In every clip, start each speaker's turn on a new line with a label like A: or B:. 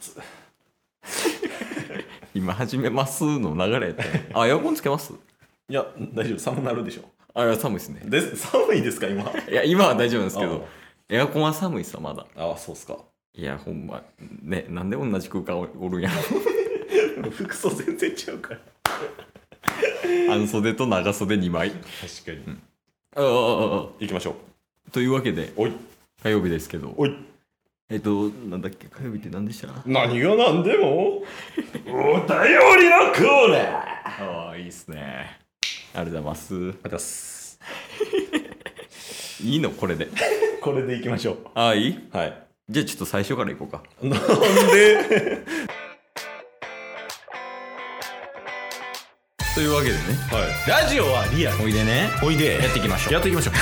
A: つ
B: 今始めますの流れやったよあエアコンつけます
A: いや大丈夫寒なるでしょ
B: あいや寒いですね
A: です寒いですか今
B: いや今は大丈夫なんですけどエアコンは寒いさまだ
A: ああそうっすか
B: いやほんまねなんで同じ空間おるんや
A: 服装全然ちゃうから
B: 半袖と長袖2枚
A: 確かに、
B: あああああ
A: 行きましょう
B: あというわけで
A: おい
B: 火曜日ですけど
A: おい
B: えっとなんだっけ火曜日って何でした
A: 何が何でもお便りのコーナーあ
B: ああいいっすねありがとうございます
A: りがとうございます
B: いいのこれ で
A: これで行きましょう
B: ああいい
A: はい
B: じゃあちょっと最初からいこうか
A: なん で
B: というわけでね
A: はいラジオはリア
B: おいでね
A: おいで
B: やっていきましょう
A: やっていきましょう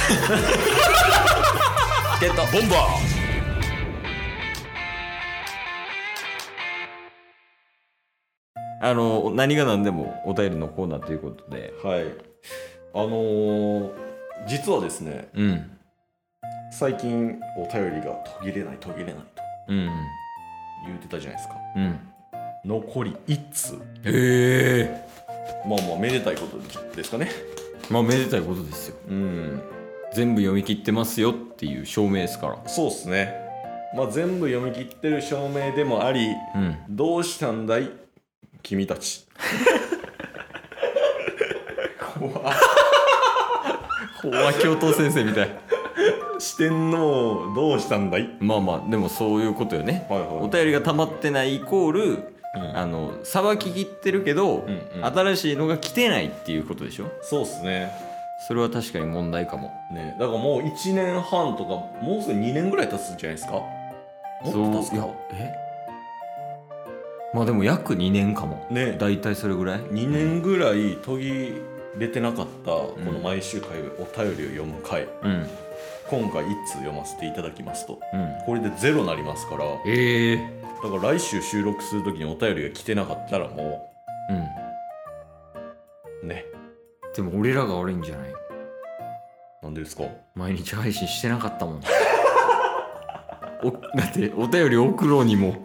B: ゲット
A: ボンバー
B: あの何が何でもお便りのコーナーということで
A: はい。あのー実はですね、
B: うん
A: 最近お便りが途切れない途切れないと
B: うん
A: 言ってたじゃないですか。
B: うん
A: 残り1通。
B: ええ
A: まあまあ、めでたいことですかね。
B: まあめでたいことですよ
A: うん。
B: 全部読み切ってますよっていう証明ですから
A: そうっすね。まあ、全部読み切ってる証明でもあり、
B: うん
A: どうしたんだい君たち。怖っ
B: 怖教頭先生みたい
A: 四天王どうしたんだい
B: まあまあでもそういうことよね
A: はいはい
B: お便りが溜まってないイコールあのさばききってるけど、
A: んうん
B: 新しいのが来てないっていうことでしょ
A: そうっすね。
B: それは確かに問題かも
A: ねだからもう1年半とかもうすぐ2年ぐらい経つんじゃないですかもっと経つ
B: そういや
A: か
B: えまあでも約2年かも
A: ねだ
B: 大体それぐらい
A: 2年ぐらい途切れてなかったこの毎週会お便りを読む回、
B: うん
A: 今回1通読ませていただきますと
B: うん
A: これでゼロになりますからだ
B: ええ
A: から来週収録する時にお便りが来てなかったらも
B: うん
A: うね
B: でも俺らが悪いんじゃない
A: なんでですか
B: 毎日配信してなかったも んおだってお便り送ろうにも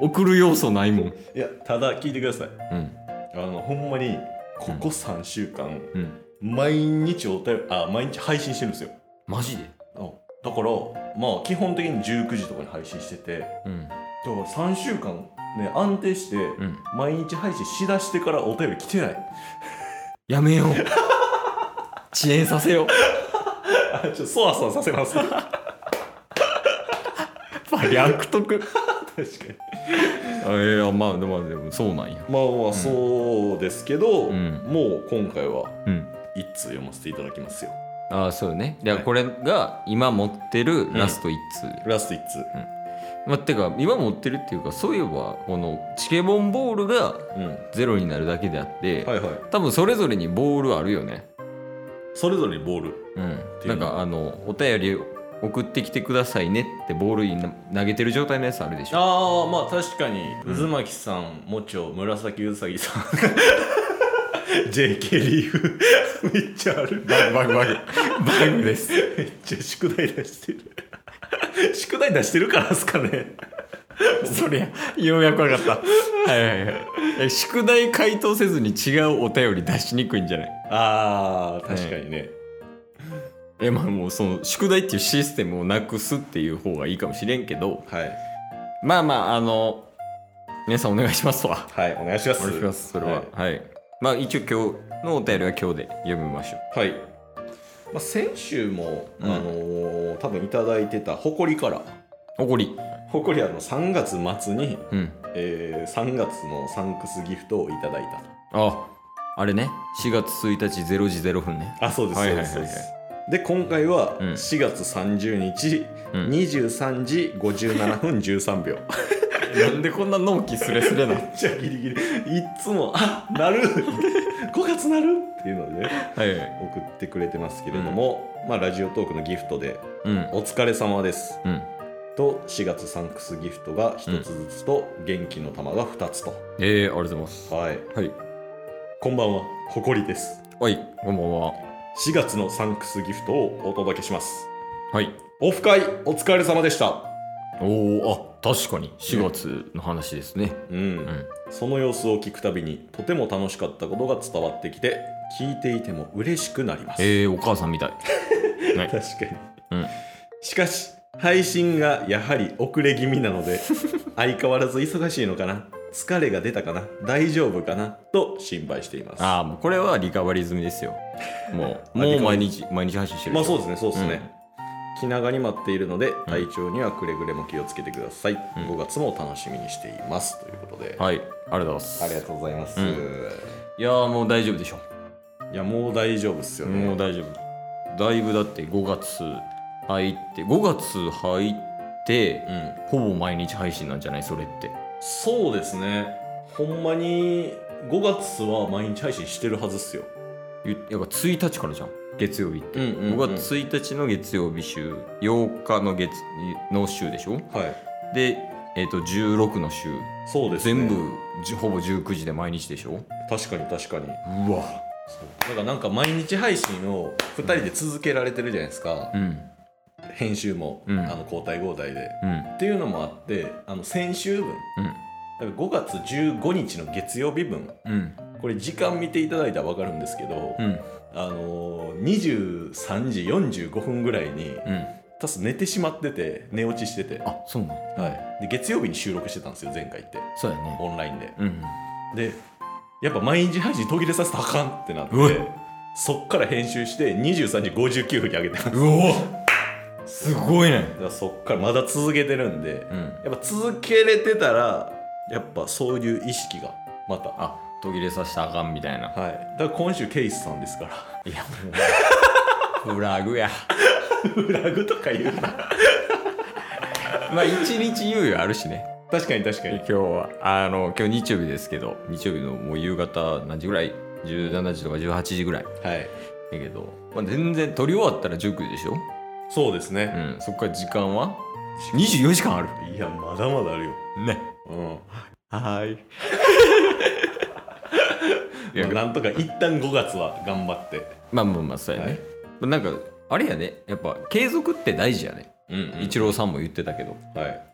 B: 送る要素ないもん
A: いやただ聞いてください
B: うん
A: あのほんまにここ3週間、
B: うん
A: 毎日お便りあ毎日配信してるんですよ
B: マジで
A: あだからまあ基本的に19時とかに配信しててだか
B: うん
A: ら3週間ね安定して
B: うん
A: 毎日配信しだしてからお便り来てない
B: やめよう遅延させよう
A: あちょっとそわそわさせ ます確か
B: 略 得
A: に
B: ええまあでもでもそうなんや
A: まあまあそうですけど、
B: うん
A: もう今回は
B: うん
A: 一通読ませていただきますよ
B: ああそうねじゃあ
A: はい
B: これが今持ってるラスト1通、
A: ラスト一通
B: まあ、てか今持ってるっていうかそういえばこのチケボンボールが
A: うん
B: ゼロになるだけであって、
A: はいはい
B: 多分それぞれにボールあるよね
A: それぞれにボール
B: うん
A: てい
B: な
A: うんの
B: かあのお便り送ってきてくださいねってボールにな投げてる状態のやつあるでしょ
A: ああまあ確かに渦巻さんもちょ紫うさぎさん JK リーフ めっちゃある
B: バグバグバグ バグです
A: めっちゃ宿題出してる 宿題出してるからですかね
B: そりゃようやく分かったはいはいはい え宿題回答せずに違うお便り出しにくいんじゃない
A: あー確かにね、
B: えまあもうその宿題っていうシステムをなくすっていう方がいいかもしれんけど
A: はい
B: まあまああの皆さんお願いします わ
A: はいお願いします
B: お願いしますそれははい、まあ一応今日のお便りは今日で読みましょ
A: はい、まあ、先週も、
B: うん
A: あのー多分いただいてた誇りから
B: う怒り
A: 誇りあの3月末に、
B: うん
A: え3月のサンクスギフトをいただいたと
B: ああれね4月1日0時0分ね
A: あそうです
B: は
A: そ
B: いうはいはい
A: です
B: はい
A: そうですで今回は
B: うん
A: 4月30日、
B: うん
A: 23時57分13秒
B: なんでこんな納期スレスレなは
A: じゃあギリギリいっつも「あなる5月なる!」っていうのでね
B: い はい
A: 送ってくれてますけれども、まあ、ラジオトークのギフトで
B: うん
A: 「お疲れ様です
B: うん」
A: と4月サンクスギフトが1つずつと元気の玉が2つと、
B: えー、ありがとうございます
A: はい
B: はい
A: こんばんは誇りです
B: おいこんばんは
A: 4月のサンクスギフトをお届けします
B: はい
A: オフ会お疲れ様でした
B: おおあ確かに4月の話ですね
A: うん、
B: うん
A: その様子を聞くたびにとても楽しかったことが伝わってきて聞いていても嬉しくなります、
B: えー、お母さんみたいね
A: 確か
B: う
A: に、
B: ん
A: しかし配信がやはり遅れ気味なの で相変わらず忙しいのかな疲れが出たかな大丈夫かなと心配しています
B: ああもうこれはリカバリー済みですよもう
A: あ
B: も
A: リ
B: う
A: カバ
B: 毎
A: リ
B: 日毎日配信してる
A: まあ
B: でしょ
A: そうですねそうですね、気長に待っているので体調にはくれぐれも気をつけてください、
B: うん
A: 5月も楽しみにしていますということで、
B: はいありがとうございます
A: ありがとうございます、
B: ういやーもう大丈夫でしょ
A: いやもう大丈夫っすよね
B: もう大丈夫だいぶだって5月入って5月入って
A: うん
B: ほぼ毎日配信なんじゃないそれって
A: そうですねほんまに5月は毎日配信してるはずっすよ
B: ゆやっぱ1日からじゃん月曜日って、
A: うんうんうん
B: 5月1日の月曜日週8日の月の週でしょ
A: はい
B: で、えー、と16の週
A: そうです、ね、
B: 全部じほぼ19時で毎日でしょ
A: 確かに確かに
B: うわ
A: だからなんか毎日配信を2人で続けられてるじゃないですか、
B: うん
A: 編集も、
B: うん
A: あの交代交代で
B: うんうん
A: っていうのもあってあの先週分だから5月15日の月曜日分
B: うん
A: これ時間見ていただいたら分かるんですけど、
B: うん
A: あのー、23時45分ぐらいに
B: うん
A: タス寝てしまってて寝落ちしてて、
B: あそうなん
A: はい、で月曜日に収録してたんですよ前回って
B: そうやね
A: オンラインで
B: うん
A: でやっぱ毎日配信途切れさせたらあかんってなって
B: うわ
A: そっから編集して23時59分に上げてますだか
B: うおすごいね
A: らそっからまだ続けてるんで
B: うん
A: やっぱ続けれてたらやっぱそういう意識がまた
B: あ途切れさせたらあかんみたいな
A: はいだから今週ケイスさんですから
B: いやもうフラグや
A: フラグとか言うな
B: まあ一日猶予あるしね
A: 確かに確かに
B: 今日はあの今日日曜日ですけど日曜日のもう夕方何時ぐらい17時とか18時ぐらい
A: はい
B: だけど、まあ、全然撮り終わったら19時でしょ、
A: そうです
B: う
A: ね、
B: ん、そっから時間は24時間ある
A: いやまだまだあるよ
B: ね
A: うん
B: はいいや
A: まあなんとか一旦5月は頑張って
B: まあまあまあそうやね、
A: はい
B: まあなんかあれやねやっぱ継続って大事やね
A: うん、
B: 一郎さんも言ってたけど
A: はい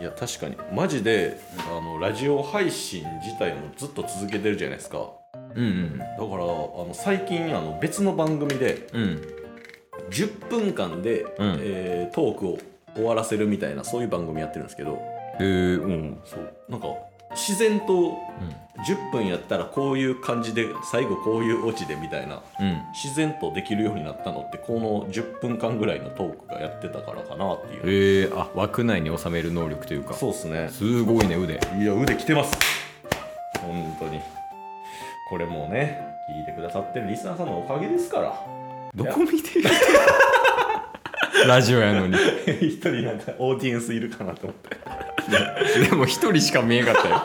A: いや確かにマジであのラジオ配信自体もずっと続けてるじゃないですか
B: うんうん
A: だからあの最近あの別の番組で
B: うん
A: 10分間
B: ん
A: で、えートークを終わらせるみたいなそういう番組やってるんですけど
B: えー、うん
A: そうなんか自然と10分やったらこういう感じで最後こういうオチでみたいな
B: うん
A: 自然とできるようになったのってこの10分間ぐらいのトークがやってたからかなっていう
B: えー、あ枠内に収める能力というか
A: そうっすね
B: すごいね腕
A: いや腕きてます本当にこれもうね聞いてくださってるリスナーさんのおかげですから
B: どこ見てる ラジオやのに
A: 一人なんかオーディエンスいるかなと思って
B: でも一人しか見えんかったよ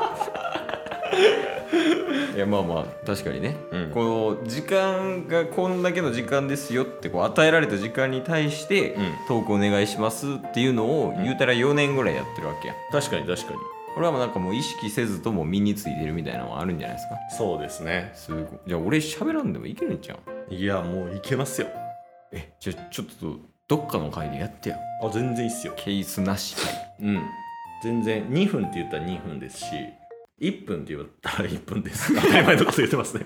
B: いやまあまあ確かにね、
A: うん
B: この時間がこんだけの時間ですよってこう与えられた時間に対して、
A: うん
B: トークお願いしますっていうのを言うたら4年ぐらいやってるわけや
A: 確かに確かに
B: これはもうなんかもう意識せずとも身についてるみたいなのはあるんじゃないですか
A: そうですね
B: すごいじゃあ俺喋らんでもいけるんちゃう
A: いやもういけますよ
B: えじゃあちょっとどっかの回でやってよ
A: あ全然いいっすよ
B: ケースなし回
A: うん全然2分って言ったら2分ですし1分って言ったら1分です当たり前のこと言ってますね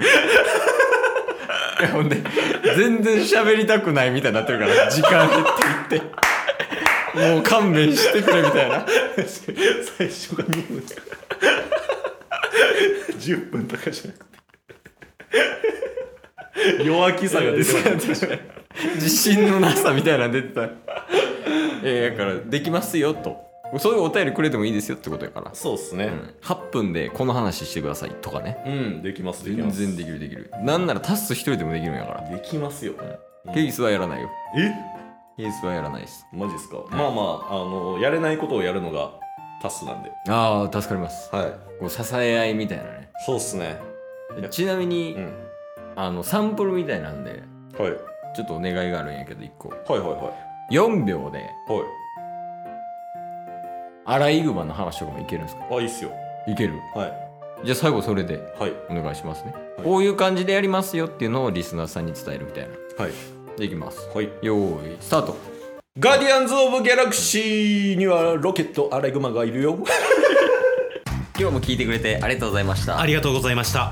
B: いやほんで全然喋りたくないみたいになってるから時間減っていってもう勘弁してくれみたいな
A: 最初が2分 10分とかじゃなくて弱気さが出てます
B: 自信のなさみたいなの出てたいやだからできますよとそういうお便りくれてもいいですよってことやから、
A: そうです
B: う
A: ね。
B: ん、8分でこの話してくださいとかね
A: うん、できます、でき
B: 全
A: ます。
B: 然できるできるなんならタス一人でもできるんやから
A: できますよ。
B: ケースはやらないよ
A: え
B: ケースはやらないです
A: マジですか、まあまあ、あの、やれないことをやるのがタスなんで。
B: ああ助かります
A: はい。
B: こう支え合いみたいなね
A: そうっすね。
B: ちなみに、
A: うん。
B: あのサンプルみたいなんで
A: はい。はい
B: ちょっとお願いがあるんやけど1個
A: はいはい。
B: 4秒で
A: は
B: アライグマの話とかもいけるんですか
A: い。あ、いいっすよ。
B: いける
A: はい。
B: じゃあ最後それで
A: はい。
B: お願いしますね、
A: はい
B: こういう感じでやりますよっていうのをリスナーさんに伝えるみたいな
A: はい。
B: でいきます
A: はい。
B: よーいスタート
C: ガーディアンズ・オブ・ギャラクシーにはロケットアライグマがいるよ。
B: 今日も聞いてくれてありがとうございました
A: ありがとうございました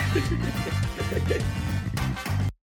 A: す